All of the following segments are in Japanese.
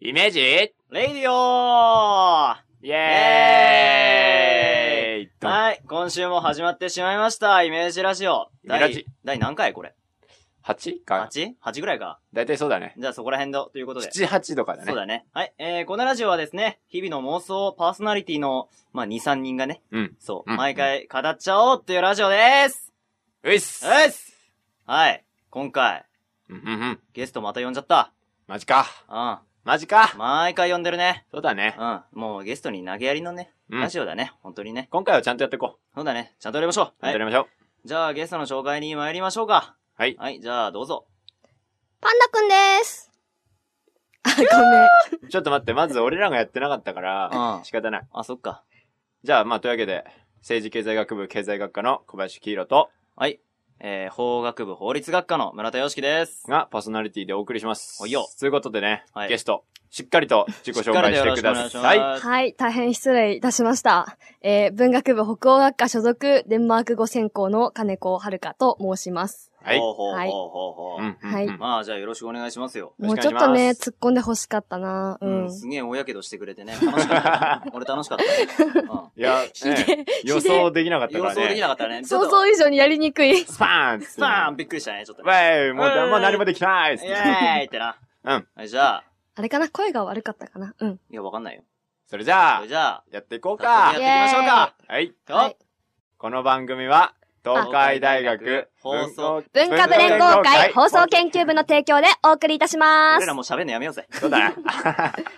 イメージレレイディオーはイエーイとい、今週も始まってしまいました。イメージラジオ。イメラジ第第何回これ ?8 か 8?8 ぐらいか。だいたいそうだね。じゃあそこら辺で、ということで。 7、8とかだね。そうだね。はい。えー、このラジオはですね、日々の妄想パーソナリティの、まあ、2、3人がね、うん。そう、うん毎回語っちゃおうっていうラジオですういっすうっすはい。今回、うんうんうん。ゲストまた呼んじゃった。マジか。うマジかん。。毎回呼んでるね。そうだね。うん。もうゲストに投げやりのね、うんラジオだね。本当にね。今回はちゃんとやっていこそうだね。ちゃんとやりましょう。う。ちゃんとやはい。りましょう。じゃあ、ゲストの紹介に参りましょうか。はい。はい、じゃあ、どうぞ。パンダくんです。あ、ごめん。ちょっと待って、まず俺らがやってなかったから、うん仕方ない。あ、そっか。じゃあ、まあ、というわけで、政治経済学部経済学科の小林黄色と、はい。えー、法学部法律学科の村田洋樹です。がパーソナリティでお送りします。おいよということでね、はいゲスト、しっかりと自己紹介してください。しっかりとよろしくお願いしますはい、大変失礼いたしました。えー、文学部北欧学科所属、デンマーク語専攻の金子遥香と申します。はいほうほうほうほうほう。うんうんうん はいまあ、じゃあ、よろしくお願いしますよ。よもろうしくちょお願いしまっすとね、突っ込んで欲しかったなううんん、。すげえ大やけどしてくれてね。楽しか った。俺楽しかった。うんいや、ね 予想できなかったか予らね。想できなかったね。ちょっ想と像以上にやりにくい。スパーンスパーンびっくりしたね、ちょっとね。わーいもうだ、うんもう何もできないっつっイてエーイってな。うんはい。じゃあ、あれかな声が悪かったかなうん。いや、わかんないよ。それじゃそあれ、じゃあ、やっていこう早か速。やっていきましょうか。はい。はい。この番組は、東海大学放送文化部連合会放送研究部の提供でお送りいたします俺ら。もう喋んのやめようぜ。そうだな。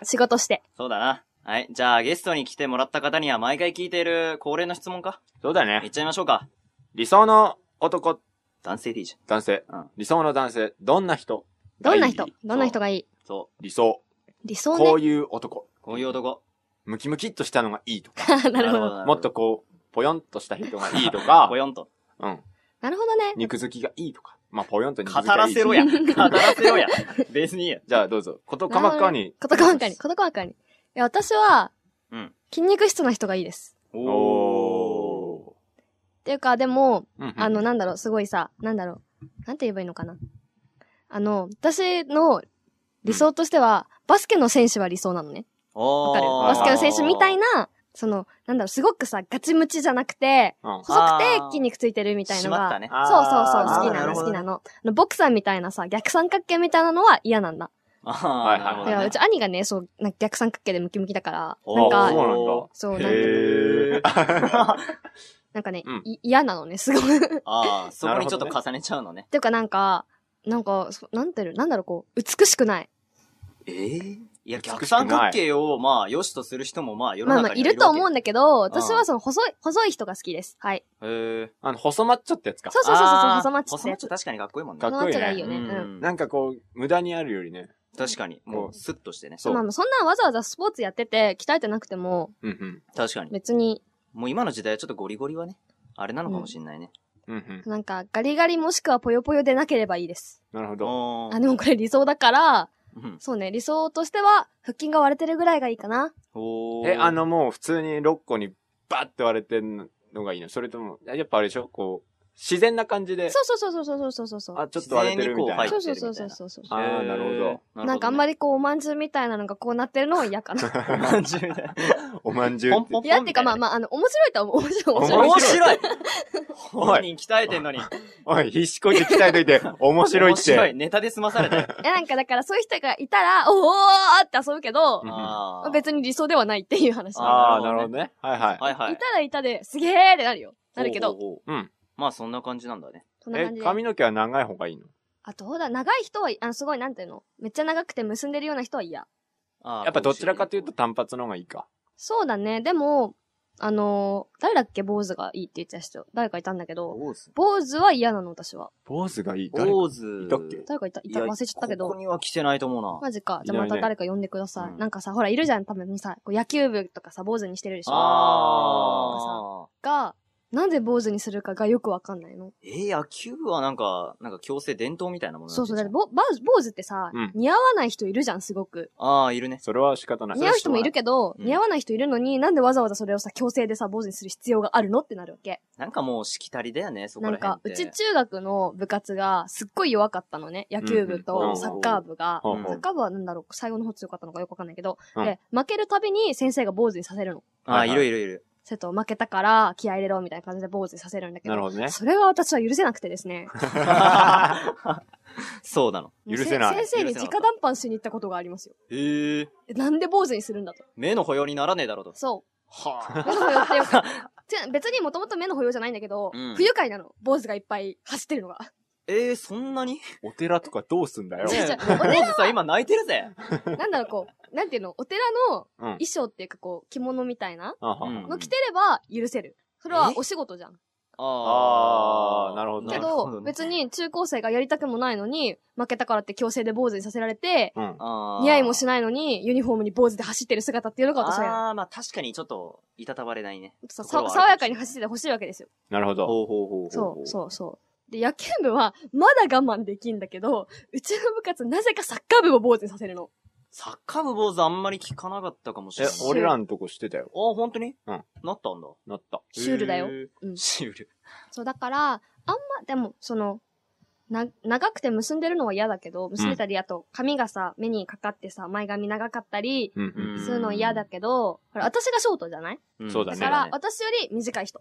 仕事して。そうだな。はい。じゃあ、ゲストに来てもらった方には毎回聞いている恒例の質問かそうだ いっね。ちゃいましょうか。理想の男、男性でいいじ男性。ゃん。うん。理想の男性、どんな人どんな人はいどんな人がいいそ理想。理想こねう。いう男。う。こういう男。ムキムキっとしたのがいいとか。 なるほど。なるもっと。こう、ぽよんとした人がいいとか ぽ、よんと。うん。なるほどね。肉付きがいいとか。まあ、ぽよんと肉語付きがらいい。せろや。語らせろ や。別にいいや。じゃあ、どうぞ。ことかまっかに。こと細かに、こと細かに。いや、私は、うん筋肉質な人がいいです。おー。ー。っていうか、でも、うんうんあの、、なんだろう、すごいさ、なんだろう、なんて言えばいいのかな。あの、私の理想としては、バスケの選手は理想なのね。わおかるバスケの選手みたいな。な、その、なんだろう、すごくさ、ガチムチじゃなくて、うん細くてあー筋肉ついてるみたいしのまっが、たね。そうそうそう、あー好きななるの、ほ好どきねなの。あのボクサーみたいなさ、逆三角形みたいなのは嫌なんだ。あーなるほあどいねや、うち兄がね、そう、なんか逆三角形でムキムキだから、おーなんそうか、なんだ。そう、なんかねへー。なんかねうん、い 嫌なのね、すごい。っああ、そこにちょっとなるほ重ねちゃうのね。ていうかなんか、なんか、そなんていうのなんだろう、こう、美しくない。ええいや、美しくない逆三角形を、まあ、良しとする人も、まあ、世のまあ中にまあ、はいると思うわんだけど、け私はその、細い、細い人が好きです。はい。け。へえ。あの、細マッチョってやつか。そうそうそうそう、あー細マッチっ細てマッやチつョ。確かにかっこいいもんねか。っこいいね細マッチョがいいよね。う。うんんなんかこう、無駄にあるよりね。確かに。もう、スッとしてね。そうまあまあ、そんなわざわざスポーツやってて、鍛えてなくても、うん確かに。別に、もう今の時代はちょっとゴリゴリはね、あれなのかもしんないね。うん。うんうん。なんか、ガリガリもしくはぽよぽよでなければいいです。なるほど。おーあ、でもこれ理想だから、うんそうね、理想としては、腹筋が割れてるぐらいがいいかな。おーえ、あ、のもう普通に6個にバッて割れてんのがいいのそれとも、やっぱあれでしょこう、自然な感じで、そうそうそうそうそうそうそうそう。あ、ちょっと割れてるみたい自然にこう入なっ。そてうそうそうそうそうそう。あーなるほなんかあん まり、りこう、おまんじゅうみたいなのがこうなってるのは嫌かな。おまんじゅうみたいな。おまんじゅうポンってポンポンみたいな。嫌っていうか、まあまあ、あの、面白いとは思う。面白い、面白い。面白いおい本人鍛えてんのに。おい、必死こいて鍛えといて、面白いっ面白い。て。ネタで済まされ たよ。いや、なんかだからそういう人がいたら、おーおーって遊ぶけあど、まあー別に理想ではないっていう話。いたああ、ななるるほどほどね。はいはい。はいはい。らいたで、すげーってなるよ。なるけほど、うほうほうん。まあそんな感じなんだね。そんなえ感じ、で。髪の毛は長い方がいいのあ、どうだ長い人は、あの、すごい、なんていうのめっちゃ長くて結んでるような人は嫌。ややっぱどちらかというと、単発の方がいいか。そうだね。でも、あのー誰だっけ坊主がいいって言ってた人。誰かいたんだけど、坊主。坊主は嫌なの、私は。坊主がいい。誰か坊主。いたっけ誰かいた、いいた、や忘れちゃったけど。ここには来てないと思うな。マジか。じゃあいなまいねた誰か呼んでください。うんなんかさ、ほら、いるじゃん。たまにさ、こう野球部とかさ、坊主にしてるでしょ。あが、なんで坊主にするかがよくわかんないの。えー、野球部はなんか、なんか強制伝統みたいなものなんそうそう。だっててぼ坊主坊主ってさ、うん似合わない人いるじゃん、すごく。ああ、いるね。それは仕方ない。似合う人もいるけど、うん似合わない人いるのに、なんでわざわざそれをさ、強制でさ、坊主にする必要があるのってなるわけ。なんかもうしきたりだよね、そこならん辺かっ、て。うち中学の部活がすっごい弱かったのね。野球部うんうとんサッカー部が。ほうほうサッカー部はなんだろう、最後の方強かったのかよくわかんないけど。うんで、負けるたびに先生が坊主にさせるの。ああ、はいはいいるいるいる。 生徒を負けたから気合い入れろみたいな感じで坊主にさせるんだけど。なるほどね。それが私は許せなくてですね。そうなの。許せないせ先生に直談判しに行ったことがありますよ。えええなんで坊主にするんだと。目の保養にならねえだろうと。そは う。 目の保養ってよく。違う別にもともと目の保養じゃないんだけど、うん不愉快なの。坊主がいっぱい走ってるのが。 ええそんなにお寺とかどうすんだよ。違う違う坊主さん今泣いてるぜ。なんだろう、こう、なんていうの、お寺のうん衣装っていうかこう、着物みたいなあははうんの着てれば許せる。それはえお仕事じゃん。あーなるほどけなるど、ね別に中高生がやりたくもないのに、負けたからって強制で坊主にさせられて、うん。あー似合いもしないのに、ユニフォームに坊主で走ってる姿っていうのが私は嫌だ、ああ、まあ確かにちょっと、いたたばれないね。さところさはある爽やかに走っててほしいわけですよ。なるほど。ほうほうほうほうそほう、そう、そう。で、野球部は、まだ我慢できんだけど、うちの部活、なぜかサッカー部を坊主にさせるの。サッカー部坊主あんまり聞かなかったかもしえれない。、俺らのとこしてたよ。あ、本当にうん。なったんだ。なった。シュールだよへーうんシュール。そう、だから、あんま、でも、その、な、長くて結んでるのは嫌だけど、結んでたり、あと、髪がさ、目にかかってさ、前髪長かったり、うんうんするの嫌だけど、ほら、私がショートじゃないんそうだだねから、私より短い人。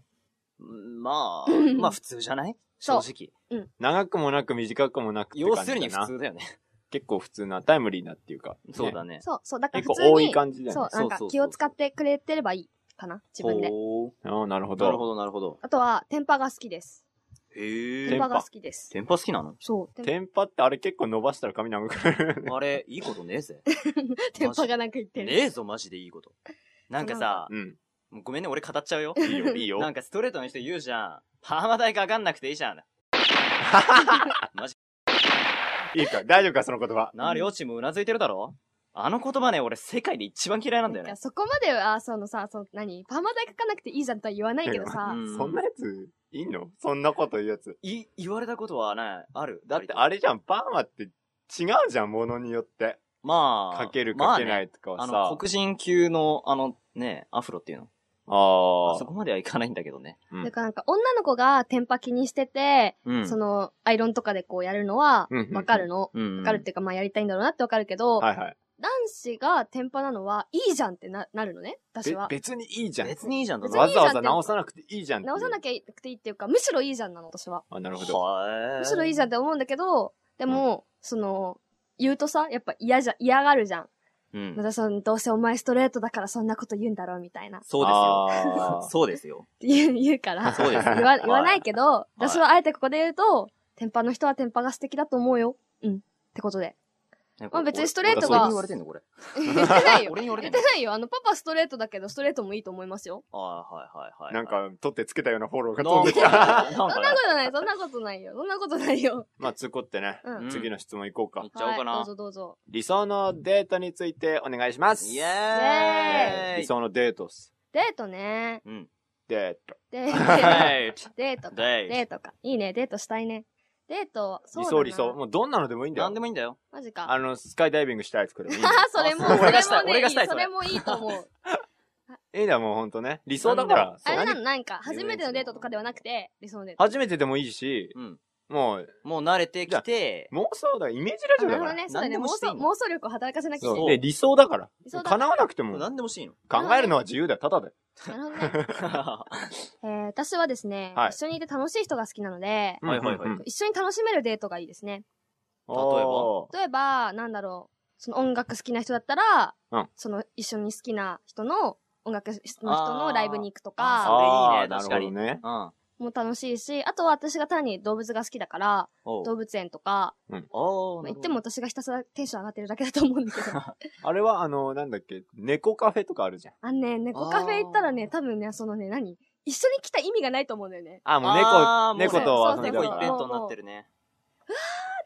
うんまあ、まあ普通じゃない正そう直。長くもなく短くもなくって要感じすだるにな普。通だよね。 結構普通な、タイムリーなっていうか。そうね。だね。そう、そう、だから結構普通に、多い感じだそうよ、じなそうそんうかそう気を使ってくれてればいいかな、自分で。ほう。ね。ああ、なるほど。なるほど、なるほど。あとは、テンパが好きです。へテテンンえ。パパが好きです。テンパ好きなのそう、テンテンパってあれ結構伸ばしたら髪長くなるよね。 あれ、いいことねえ ぜ。テンパがなんか言ってねる。えぞ、マジでいいこと。なんか さ、うん。もうごめんね、俺語っちゃうよ。いいよ、いいよ。なんかストレートの人言うじゃん。パーマ代かかんなくていいじゃん。いいか、大丈夫か、その言葉。なあ、両チームうなずいてるだろあの言葉ね、俺世界で一番嫌いなんだよなんねか。そこまでは、そのさ、その、何パーマ代かかなくていいじゃんとは言わないけどさ、うんそんなやつ、いいのそんなこと言うやつ。い、言われたことはね、ある。だってあれじゃん、パーマって違うじゃん、ものによって。まあ。。かけるかけないいとかあはさ。の、黒人級の、あの、ね、アフロっていうの。あそこまではいかないんだけどね。うんだからなんか女の子がテンパ気にしてて、うん。その、アイロンとかでこうやるのはうんうんう、んわかるの。うん。わかるっていうか、まあやりたいんだろうなってわかるけど、はいはい。男子がテンパなのは、いいじゃんってな、なるのね、私べは。別にいいじゃん。別にいいじゃん、別にわざわざ直さなくていいじゃん。直さなききゃいけないっていうか、むしろいいじゃんなの、私は。ゃ。あ、なるほど。はむしろいいじゃゃんって思うんだけど、でも、その、言うとさ、やっぱ嫌じゃ、嫌がるじゃん。ん。うんま。たその、どうせお前ストレートだからそんなこと言うんだろう、みたいな。っそうですよ。あーそうですよ。て言う、言うから。そうです言わ、言わないけど、い私はあえてここで言うと、テンパの人はテンパが素敵だと思うよ。うん。ってことで。まあ別にストレートが俺に言われてんのこれ。言ってないよ。俺に言われ言てっんのてないよ。あの、パパストレートだけど、ストレートもいいと思いますよ。ああ、はいはいはい。なん、か、取ってつけたようなフォローながん飛んできた。か、なんそかんねなことない、そんなことないよ。そんなことないよ。まあ、つうこってね、うん。ん次の質問いこうかいっ。ちゃおうかはないど。うぞどうぞ。理想のデートについてお願いします。イえエーーイ理想のデートっす。デートね。うん。デート。デート。デートデートデか。デーートか。いいね、デートしたいね。デート、そ理うだな想理想。もうどんなのでもいいんト。だよなんで。もいいんだよ。マジか。あの、スカイダイビングしたやつくれもいいんだよ あ それも、あそ俺れがしたいもね、俺いいがしたいそれもいいと思う。いいんだよ、もうほんとね。理想だから。あれそうなの、なんか、初めてのデートとかではなくて、理想のデート。初めてでもいいし、うん。もう、もう慣れてきて、妄想だよ。イメージあラジオなだるほかどら。ね、そうだ何ね、で妄もしてい想いの妄想力を働かせなきゃいそけなう。い。で、理想だから。理想だ叶わなくてもうも、何でもしいの。考えるのは自由だよ。ただで。なるほどね。 はえー私はですねはい、一緒にいて楽しい人が好きなので、はいはいはいうんうんうん一緒に楽しめるデートがいいですね。おー例えば、なんだろう、その音楽好きな人だったら、うんその一緒に好きな人の音楽の人あのーライブに行くとあかそれいあーいね確かになるほどね。うん。も楽しいし、あとは私が単に動物が好きだから、おう動物園とか、おまうなある行ほっどても私がひたすらテンション上がってるだけだと思うんだ けど。あれは、あの、なんだっけ、猫カフェとかあるじゃん。あのね、猫カフェ行ったらね、多分ね、そのね、何一緒に来た意味がないと思うんだよね。あー、もうあーもう猫、猫とそう遊んそで猫うるイかベンら。トになってるね。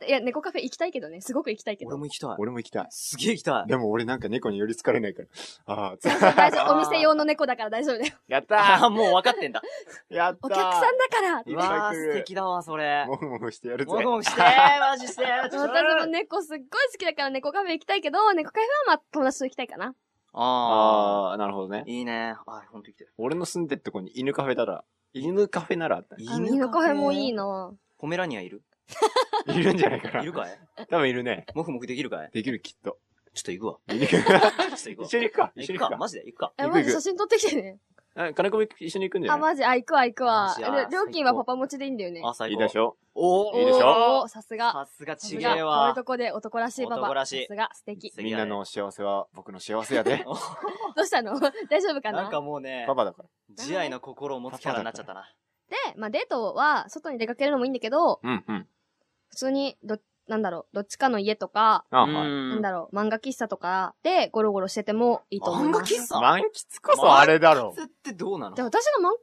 いや、猫カフェ行きたいけどね。すごく行きたいけ俺ど。も行きたい。俺も行きたい。すげえ行きたい。でも俺なんか猫に寄りつかれないから。ああ、つそうそう大丈夫。お店用の猫だから大丈夫だよ。やったあーあ、もう分かってんだ。やったーお客さんだから。ういっ私わぱあ、い来素る敵だわ、それ。もぐもぐしてやるぜ。もぐもぐ してー、マジしてー。も猫すっごい好きだから猫カフェ行きたいけど、猫カフェはまあ友達と行きたいかな。あああ、なるほどねあ。。いいね。あ、ほんと行きたい。俺の住んでるとこに犬カフェなら、犬カフェならあったねあ猫カフェもいいの。なポメラニアいるいるんじゃないかな。いるかい多分いるね。もふもふできるかいできるきっと。ちょっと行 くわ。一ちょっと行くわ。緒に行くか。一緒行に行くくか。か。マジで行くか。え、行く行くマジ写真撮ってきてね。あ金子も一緒に行くんじゃあ、ないマジ、あ、行くわ、行くわ。マジやえ料金は最高パパ持ちでいいんだよね。あ、最高。いいでしょ。ょおーいいでしょおーさすが。さすがさちすげがえこういわう。とこで男らしいパパ。男らしいさすが、素敵。素敵。みんなの幸せは僕の幸 せやでどうしたの 大丈夫かななんかもうねパ、パだから。慈愛の心を持つキャラになっちゃったな。で、まあデートは外に出かけるのもいいんだけど、うんうん。普通に、ど、なんだろう、どっちかの家とか、あはい。なんだろう、漫画喫茶とかでゴロゴロしててもいいと思い漫画ます。喫茶満喫こそあれだろ喫。茶ってどうなので、私の漫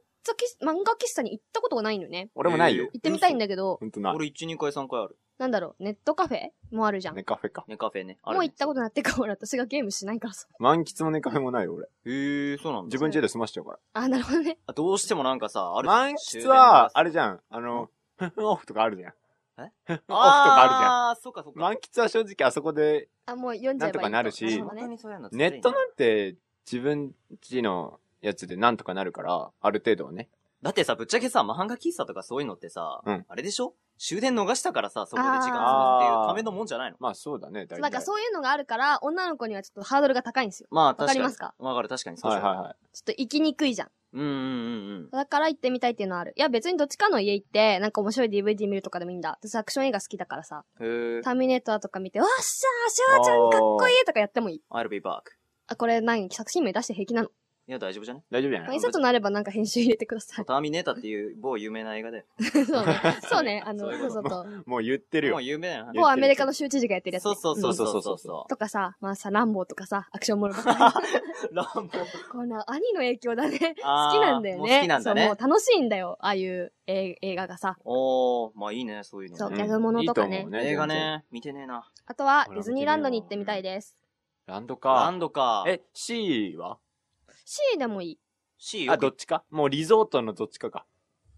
画喫漫画喫茶に行ったことがないのよね。俺もないよえ。行ってみたいんだけど、ほんとな。俺1、2回、3回ある。なんだろう、ネットカフェもあるじゃん。ね、カフェか。ね、カフェね。あもるうね行ったことなってか、ほら、私がゲームしないからさ。満喫もね、カフェもないよ、俺。へえ、そうなんだ自。分家で済ましちゃうから。あ、なるほどね。あどうしてもなんかさ、ある満喫は、あれじゃん。あの、フフオフとかあるじゃん。オフかあとるじゃんん。ああー、そっかそっか。満喫は正直あそこで、あ、もう読んじゃえばいいなんとかなるしな本ほど当ねにそうやんだネットなんて自分家のやつでなんとかなるから、ある程度はね。だってさ、ぶっちゃけさ、漫画喫茶とかそういうのってさ、うんあれでしょ終電逃したからさ、そこで時間潰すっていうあーためのもんじゃないのまあそうだね、大体。なんかそういうのがあるから、女の子にはちょっとハードルが高いんですよ。まあ、わ確かかりに。ますかわかる、確かに。そうはそいうはいはい。ちょっと行きにくいじゃん。うんうんうんうん。だから行ってみたいっていうのはある。いや、別にどっちかの家行って、なんか面白い DVD 見るとかでもいいんだ。私アクション映画好きだからさ、へえ。ターミネーターとか見て、わっしゃー、シュワちゃんかっこいいとかやってもいい。 I'll be back. あ、これ何作品名出して平気なの。いや、大丈夫じゃね大丈夫じゃまあないいざとなればなんか編集入れてください。ターミネーターっていう某有名な映画で。そ うね。そうね。あの、そういうそこうとそうそう。もう言ってるよもう。有名な言ってる某アメリカの州知事がやってるやつ、そね。うそうそうそそうそうそうそとかさ、まあさ、ランボーとかさ、アクションもの とか。う。ランボー。こんな兄の影響だね。 好好きなんだよね。好きなんだそう、もねう。楽しいんだよ。ああいう映映画がさ。おー、まあいいね、そういうの。そううんギャグものとかねいい思う映画。ね、見てねえな。あとは、ディズニーランドに行ってみたいです。全然ランドラか。ンドか。え、C は C でもいい。 C あ、よどくっちかもうリゾートのどっちかか。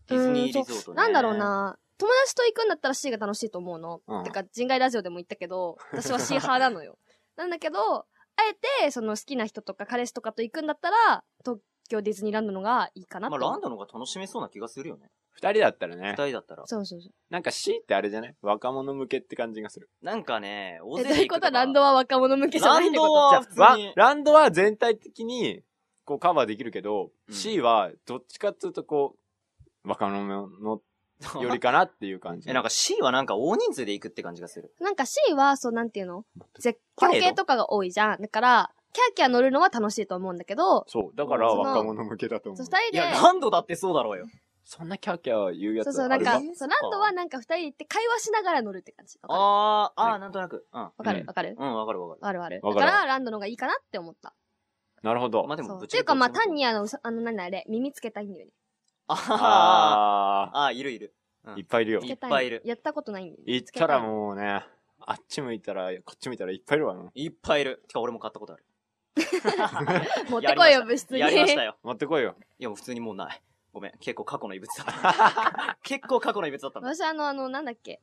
ディズニーリゾートね。なんだろう。な友達と行くんだったら C が楽しいと思うの。うんてか、人外ラジオでも言ったけど、私は C 派なのよ。 なんだけど、あえて、その好きな人とか彼氏とかと行くんだったら、東京ディズニーランドのがいいかなまとあ思ラう。ンドの方が楽しめそうな気がするよね。二人だったら二ね。人だったら。そうそうそう。なんか C ってあれじゃない若者向けって感じがする。なんかね、大え、勢とでいう行こくとはかランドは若者向けじゃないってこランドはとあじゃ普通あ、わにランドは全体的に、こうカバーできるけど、うん C はどっちかっていうとこう、若者のよ りかなっていう感じ。え、なんか C はなんか大人数で行くって感じがする。なんか C は、そう、なんていうの絶パ叫レード系とかが多いじゃん。だから、キャーキャー乗るのは楽しいと思うんだけど、そう。だからその若者向けだと思そうう、。二い人や、で、ランドだってそうだろう よ。そんなキャーキャー言うやつそうそう、なんか、あそるえう、ランドはなんか二人で行って会話しながら乗るって感じ。わあー、あー、なんとなく。うん。かうるんわかるうん、わかるわかわかるわかるわわかるかる。だから、ランドの方がいいかなって思った。なるほど。る。まあでも、そうぶっってちいうゃけか、まあ、こっちの方が単にあの、うさあの、なんだあれ、耳つけたいんだよね。あ ああ、あーいるいる。あ、いっぱいいるよつい。けたっぱいいるやったことないんだよね。行っつけたたらいもうね、あっち向いたら、こっち向いたらいっぱいいるわな。いっぱいいる。てか、俺も買ったことある。持ってこいやりましよ、物質に。やりましたよ。持ってこいよ。いや、もう普通にもうない。ごめん。結構過去の異物だ った。結構過去の異物だったんだ。 私、あの、あの、なんだっけ。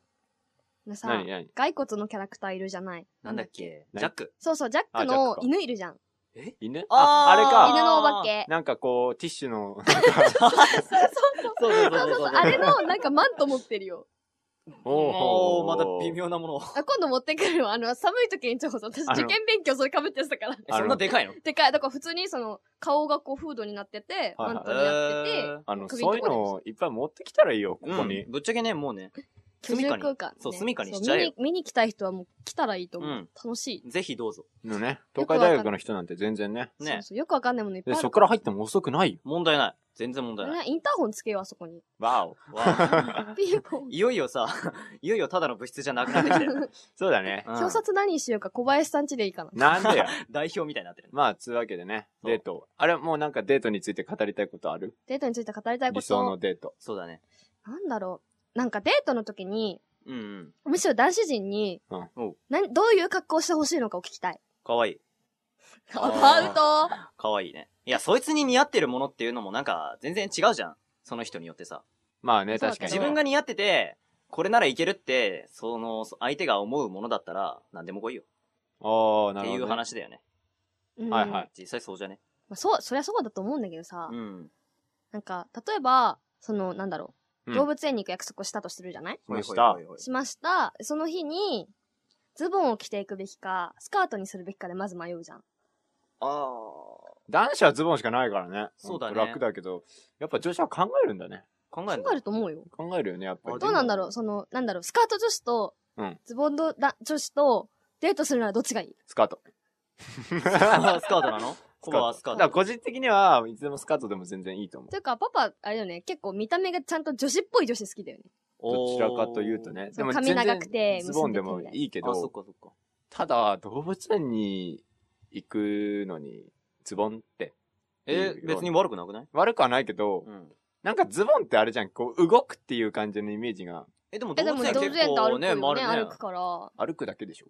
あのさ何、何骸骨のキャラクターいるじゃない。なんだっけ何ジャック。そうそう、ジャッあクジャッのクか犬いるじゃん。犬あーあ、あれ犬か。のお化け。なんかこう、ティッシュの、そうそうそうそうそう、あれの、なんかマント持ってるよ。おー、まだー微妙なものを。あ、今度持ってくるわ。あの、寒い時にちょっと私、あの受験勉強それ被ってやつだから。えそんなでかいのでかい。だから普通にその、顔がこう、フードになってて、はいはいマントになってて、あの、首のそうとこいうのをいっぱい持ってきたらいいよ、こえーこに。うんぶっちゃけね、もうね、居住空間、ね。そう住処にしちゃえよそう見に見に来たい人はもう来たらいいと思う。うん楽しい。ぜひどうぞ。のね。東海大学の人なんて全然ね。そうね。そうよくわかんないものいっぱで、いあるそっから入っても遅くないよ。問題ない。全然問題あれない。ねインターホンつけよう、あそこに。わお。 わあピンポン。いよいよさ、 いよいよただの物質じゃなくなってきたよ。そうだね。うん表札何にしようか、小林さん家でいいかな。なんでよ。代表みたいになってる。まあ、つうわけでね、そうデート。あれ、もうなんかデートについて語りたいことあるデートについて語りたいこ理想のと。デート。そうだね。なんだろう。なんかデートの時に、うんうん。むしろ男子陣にうんおう、何どういう格好をしてほしいのかを聞きたい。かわいい。アあーバウトかわいいね。いや、そいつに似合ってるものっていうのもなんか、全然違うじゃん。その人によってさ。まあね、そうだ確けどかに。自分が似合ってて、これならいけるって、その、そ相手が思うものだったら、何でも来いよ。ああ、なっるてほど、ね。いう。話だよね。うんはいはい実際そうじゃね。まあそう、そりゃそうだと思うんだけどさ、うん。なんか、例えば、その、なんだろうう、ん動物園に行く約束をしたとするじゃないしました。しました。その日に、ズボンを着ていくべきか、スカートにするべきかでまず迷うじゃん。ああ。男子はズボンしかないからね。そうだね楽だけど、やっぱ女子は考えるんだね。考える考えると思うよ。考えるよね、やっぱり。あでどもうなんだろうその、なんだろう、スカート女子とうん、ズボンのだ女子と、デートするならどっちがいいスカー ト。あー スカートなのコバはスカだーからト。個人的には、いつでもスカートでも全然いいと思うと。いうか、パパ、あれだよね、結構見た目がちゃんと女子っぽい女子好きだよね。どちらかというとね。そう髪長くてズボンでもいいけおー。あ、そっど、かそっか。ただ、動物園に行くのに、ズボンって。えー、別に悪くなくない悪くはないけど、ん。なんかズボンってあれじゃん、こう動くっていう感じのイメージが、え、でも動え、でも物動園物結園って歩構くね、よね、回るね歩く。から。歩くだけでしょ。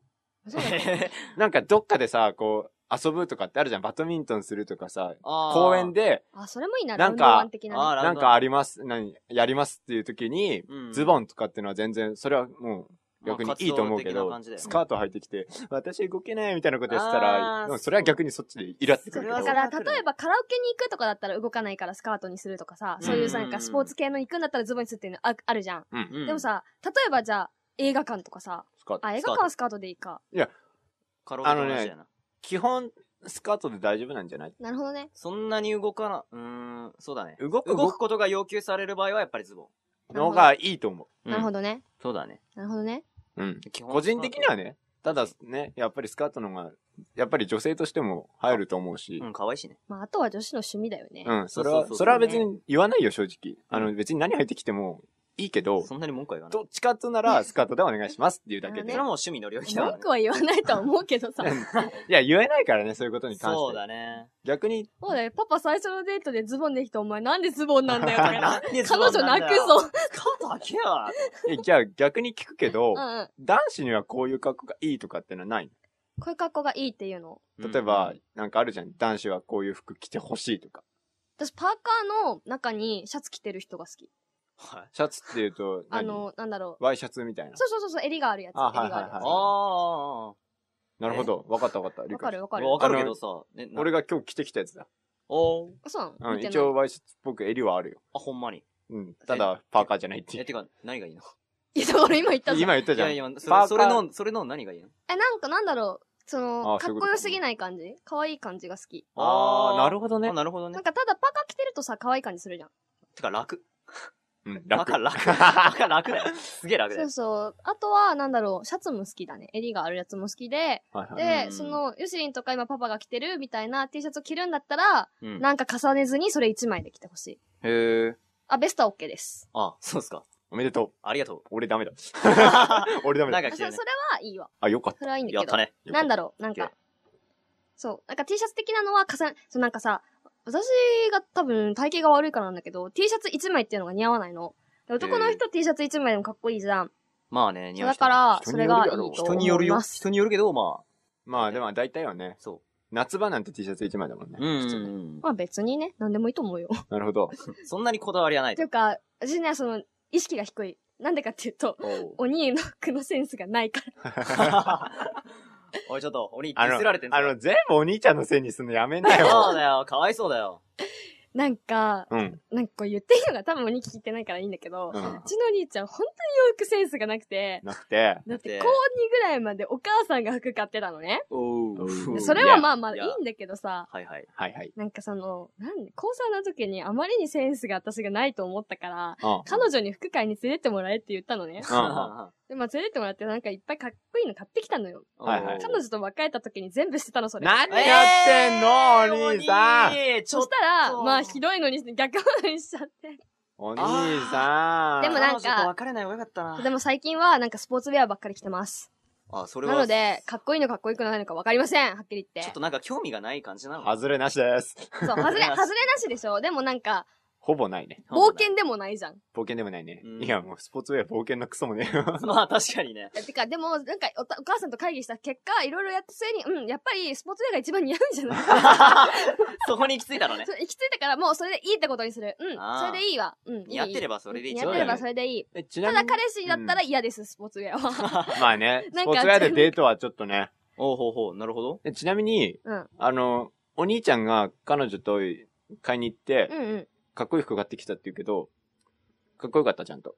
そうだねなんかどっかでさ、こう、遊ぶとかってあるじゃん、バドミントンするとかさ、 公公園で、あ、それもいいな、ラなウンんドかワン的なね。あーなんかあります、何、やりますっていう時に、ズンボンとかっていうのは全然、それはもう、逆にいいと思うけど、スーカート履いてきて、私動けないみたいなことやってたら、あーなんかそれは逆にそっちでイラってくるけどそれだはから、そう例えばカラオケに行くとかだったら動かないからスカートにするとかさ、そういうさ、うんなんかスポーツ系の行くんだったらズボンにするっていうのああるじゃん。うん、トでも、さ、例えばじゃあ、映画館とかさ、スカート。あ、映画館はスカートでいいか。カラオケの話あのやな。基本、スカートで大丈夫なんじゃないなるほどね。そんなに動かな、うーん、そうだね。動く動くことが要求される場合はやっぱりズボのがいいと思ン。なるほど。どね。そうだね。なるほどね。う。うん。基本個人的にはね、ただね、やっぱりスカートの方が、やっぱり女性としても入ると思うしう、ん、可愛いしね。まあ、あとは女子の趣味だよね。うん、それそうは、そうそうそれは別に言わないよ、正直。あの、別に何入ってきてもいいけど、そんなに文句は言わない。どっちかとならスカートでお願いしますっていうだなけるそほでれどはもねう趣味の領域だから文ね句は言わないとは思うけどさ。いや、言えないからね、そういうことに関しそうて。だ ね。逆に、そうだよ。パパ最初のデートでズボンできたお前なんでズボンなんだよと か言って。彼彼女泣く。ぞ。カート開けや。えじゃあ逆に聞くけどう、んうん。男子にはこういう格好がいいとかってのはないこういう格好がいいっていうの。例えば、、なんかあるじゃん。男子はこういう服着てほしいとか。私、パーカーの中にシャツ着てる人が好き。はい。シャツっていうと、あ何の、なんだろう。ワイシャツみたいな。そうそうそうそう、襟があるやつ。あはい襟があるやはいあはあ。なるほど。わかったわかった。つ。理わか解しるわかる。わかるけどさ。ねた。俺が。が今日着てきたやつだ。おーあそうなうのん。見て一ない応。ワイシャツっぽく襟はあるよ。あ、ほんまに。うん。ただ、パーカーじゃないっていえ、う。てか、何がいいのいや、だから今言ったじゃん。今言ったいじゃやんい。や、そパーカれーそれの、それの何がいいのえ、なんかなんだろう。その、あそかうっいうことこよすぎない感じ可愛い感じが好き。あー、なるほどあね。なるほどねなん。かただパーカー着てるとさ、可愛い感じするじゃん。てか、楽。うん、バ楽カ。楽。バカ楽だよ。すげえ楽だそよう。そう。あとは、なんだろう、シャツも好きだね。襟があるやつも好きで。はいはい。で、うんその、ヨシリンとか今パパが着てるみたいな T シャツを着るんだったら、うんなんか重ねずにそれ1枚で着てほしい。へー。あ、ベストは OK です。あ、そうっすか。おめでとう。ありがと俺ダメだ。 う。な俺ダメんだ。かあ来そてそれるね。はいいわ。あ、よかった。それはいいんだやっけどた。ね。なんだろう、なんオッかケ。そう。なんか T シャツ的なのは重ね、そうなんかさ、私が多分体型が悪いからなんだけど、T シャツ1枚っていうのが似合わないの。で男の人 T シャツ1枚でもかっこいいじゃん。まあね、似合うだ人か、ら、そ人にれよるがいいやろと人思によるいよ。ます。人によるけど、ままあでも大体はねあ、、そ夏場なんて T シャツ一枚だもんね。う。うん普う通んにうん。まあ別にね、なんでもいいと思うよ。なるほど。そんなにこだわりはないといと。うか、私ね、その、意識が低い。なんでかっていうと、お兄の服のセンスがないから。 おい、ちょっと、俺にデあのィスられてん、ぞあの、全部お兄ちゃんのせいにすんのやめなそうよ。だよ、かわいそうだよ。なんか、うん。なんかこう言っていいのが多分お兄聞いてないからいいんだけうど、うんちのお兄ちゃん本当に洋服センスがなくて、なくて。だってだって高2ぐらいまでお母さんが服買ってたのね。おうんそれはまあまあいいやいんだけどさ、はいはい。はいはい。なんかその、なんで、高3の時にあまりにセンスが私がないと思ったから、うん。彼女に服買いに連れてってもらえって言ったのね。 うんうんで、まあ連れてってもらってなんかいっぱいかっこいいの買ってきたのよ。はいはい彼女と別れた時に全部捨てたの、それ。何やってんの、お兄さんんちょそっしとたら、そうまあひどいのに逆戻りしちゃって。お兄さん。でもなんか彼女と別れない方がよかったな。でも最近はなんかスポーツウェアばっかり着てます。あ、それは。なので、かっこいいのかっこよくないのかわかりません。はっきり言ちっょってと。なんか興味がない感じなの。外れなしです。そう、外れ、外れなしでしょ。でもなんか、ほぼないね。冒険でもないじゃん。冒険でもないね。うんいや、もうスポーツウェア冒険のクソもね。 まあ確かに ね。えてか、でも、なんかおた、お母さんと会議した結果、いろいろやった末に、うん、やっぱりスポーツウェアが一番似合うんじゃ ないそこに行き着いたのねそ。う行き着いたから、もうそれでいいってことにする。うん、あーそれでいいわ。うん、やってればばそれで一やっ番ていいいれい。ばそれでいい。えちなたみだに、彼氏だったら嫌です、スポーツウェアは。 まあね、なスんかポーツウェアでデートはちょっとね。おうほうほう、なるほど。えちなみに、うん。あの、お兄ちゃんが彼女と買いに行ってう、んかっこいい服買ってきたって言うけど、かっこよかった、ちゃん と。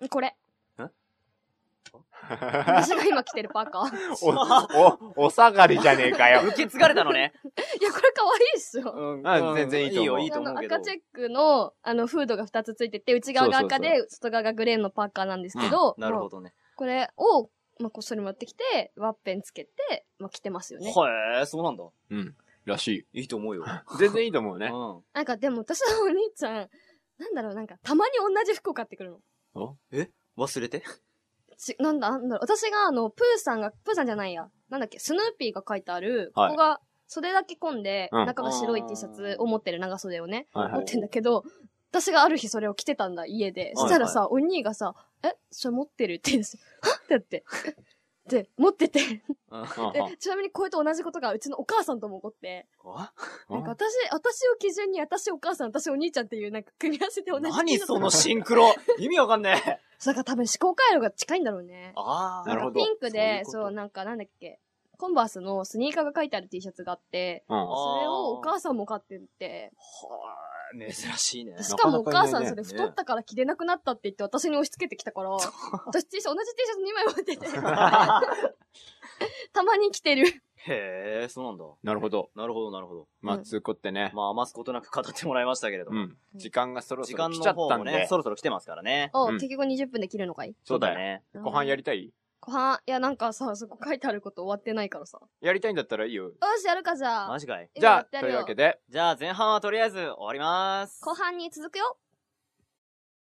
うん。これ。私が今着てるパーカー。いお、お、お下がりじゃねえかよ。受け継がれたのね。や、これ可愛いっしょ。うんあ全然いいと思ういいよ、いいと思うあのけど。赤チェックの、あの、フードが2つついてて、内側が赤で、そう外側がグレーのパーカーなんですけど、なるまほあどね。これを、まあ、こっそり持ってきて、ワッペンつけて、まあ、着てますよね。へえ、そうなんだ。うん。らし い。いいと思うよ。全然いいと思うね。なんかでも私のお兄ちゃん、なんだろう、なんかたまに同じ服を買ってくるの。うん。忘れて。ちなんだ、なんだろう、私があの、プーさんが、プーさんじゃないや、なんだっけ、スヌーピーが書いてある、はいここが袖だけ込んで、うん中が白い T シャツを持ってる長袖をね、はい持はっい。てんだけど、私がある日それを着てたんだ、家で。いそしたらさ、お兄がさ、え、それ持ってるって言うんですよ。はっってやって。で、持ってて。うん。でちなみにこれと同じことがうちのお母さんとも起こって、なんか私、私を基準に私お母さん、私お兄ちゃんっていうなんか組み合わせて同じ T シャツ何そのシンクロ意味わかんねえ。だから多分思考回路が近いんだろうね。ああ。なるほどピンクで、そうそういうことなんかなんだっけ、コンバースのスニーカーが書いてある T シャツがあって、うん。あそれをお母さんも買ってって、はー珍しいね。しかもおなかな母かいなさいんねそれ太ったから着れなくなったって言って私に押し付けてき たから、私 T シャツ、同じ T シャツ2枚持ってて、たまに着てる。へえ、そうなんだ。なるほど。なるほど、なるほど。まあ、うん通行ってね。まあ、余すことなく語ってもらいましたけれどうも。ん。時間がそろ時そろ間来ちゃのっ方たもんねで、。そろそろ来てますからね。お、うん結局20分で切るのかいそうだよ。ね。ご飯やりたいご飯、いやなんかさ、そこ書いてあること終わってないからさ。よやりたいんだったらいいよ。し、やるかじゃあマ。ジかい。じゃあ、今やってやというるよわけで、じゃあ、前半はとりあえず終わります。後半に続くよ。